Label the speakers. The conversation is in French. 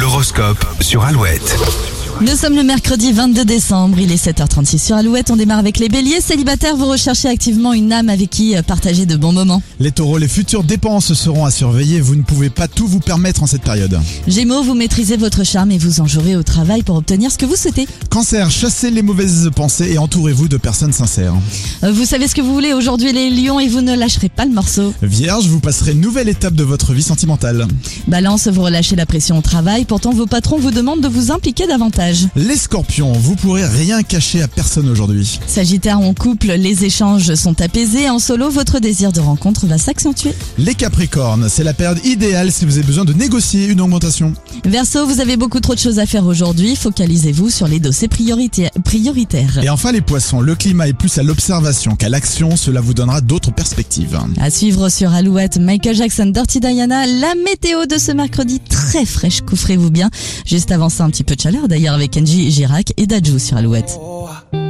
Speaker 1: L'horoscope sur Alouette.
Speaker 2: Nous sommes le mercredi 22 décembre, il est 7h36 sur Alouette, on démarre avec les béliers célibataires, vous recherchez activement une âme avec qui euh, partager de bons moments.
Speaker 3: Les taureaux, les futures dépenses seront à surveiller, vous ne pouvez pas tout vous permettre en cette période.
Speaker 2: Gémeaux, vous maîtrisez votre charme et vous en jouerez au travail pour obtenir ce que vous souhaitez.
Speaker 3: Cancer, chassez les mauvaises pensées et entourez-vous de personnes sincères.
Speaker 2: Euh, Vous savez ce que vous voulez aujourd'hui les lions et vous ne lâcherez pas le morceau.
Speaker 3: Vierge, vous passerez une nouvelle étape de votre vie sentimentale.
Speaker 2: Balance, vous relâchez la pression au travail, pourtant vos patrons vous demandent de vous impliquer davantage.
Speaker 3: Les scorpions, vous pourrez rien cacher à personne aujourd'hui.
Speaker 2: Sagittaire en couple, les échanges sont apaisés, en solo votre désir de rencontre va s'accentuer.
Speaker 3: Les capricornes, c'est la période idéale si vous avez besoin de négocier une augmentation.
Speaker 2: Verseau, vous avez beaucoup trop de choses à faire aujourd'hui, focalisez-vous sur les dossiers prioritaires- prioritaires.
Speaker 3: Et enfin les poissons, le climat est plus à l'observation qu'à l'action, cela vous donnera d'autres perspectives.
Speaker 2: À suivre sur Alouette, Michael Jackson, Dirty Diana, la météo de ce mercredi très fraîche, couffrez-vous bien. Juste avant ça, un petit peu de chaleur d'ailleurs avec Angie Girac et Dajou sur Alouette.
Speaker 4: Oh,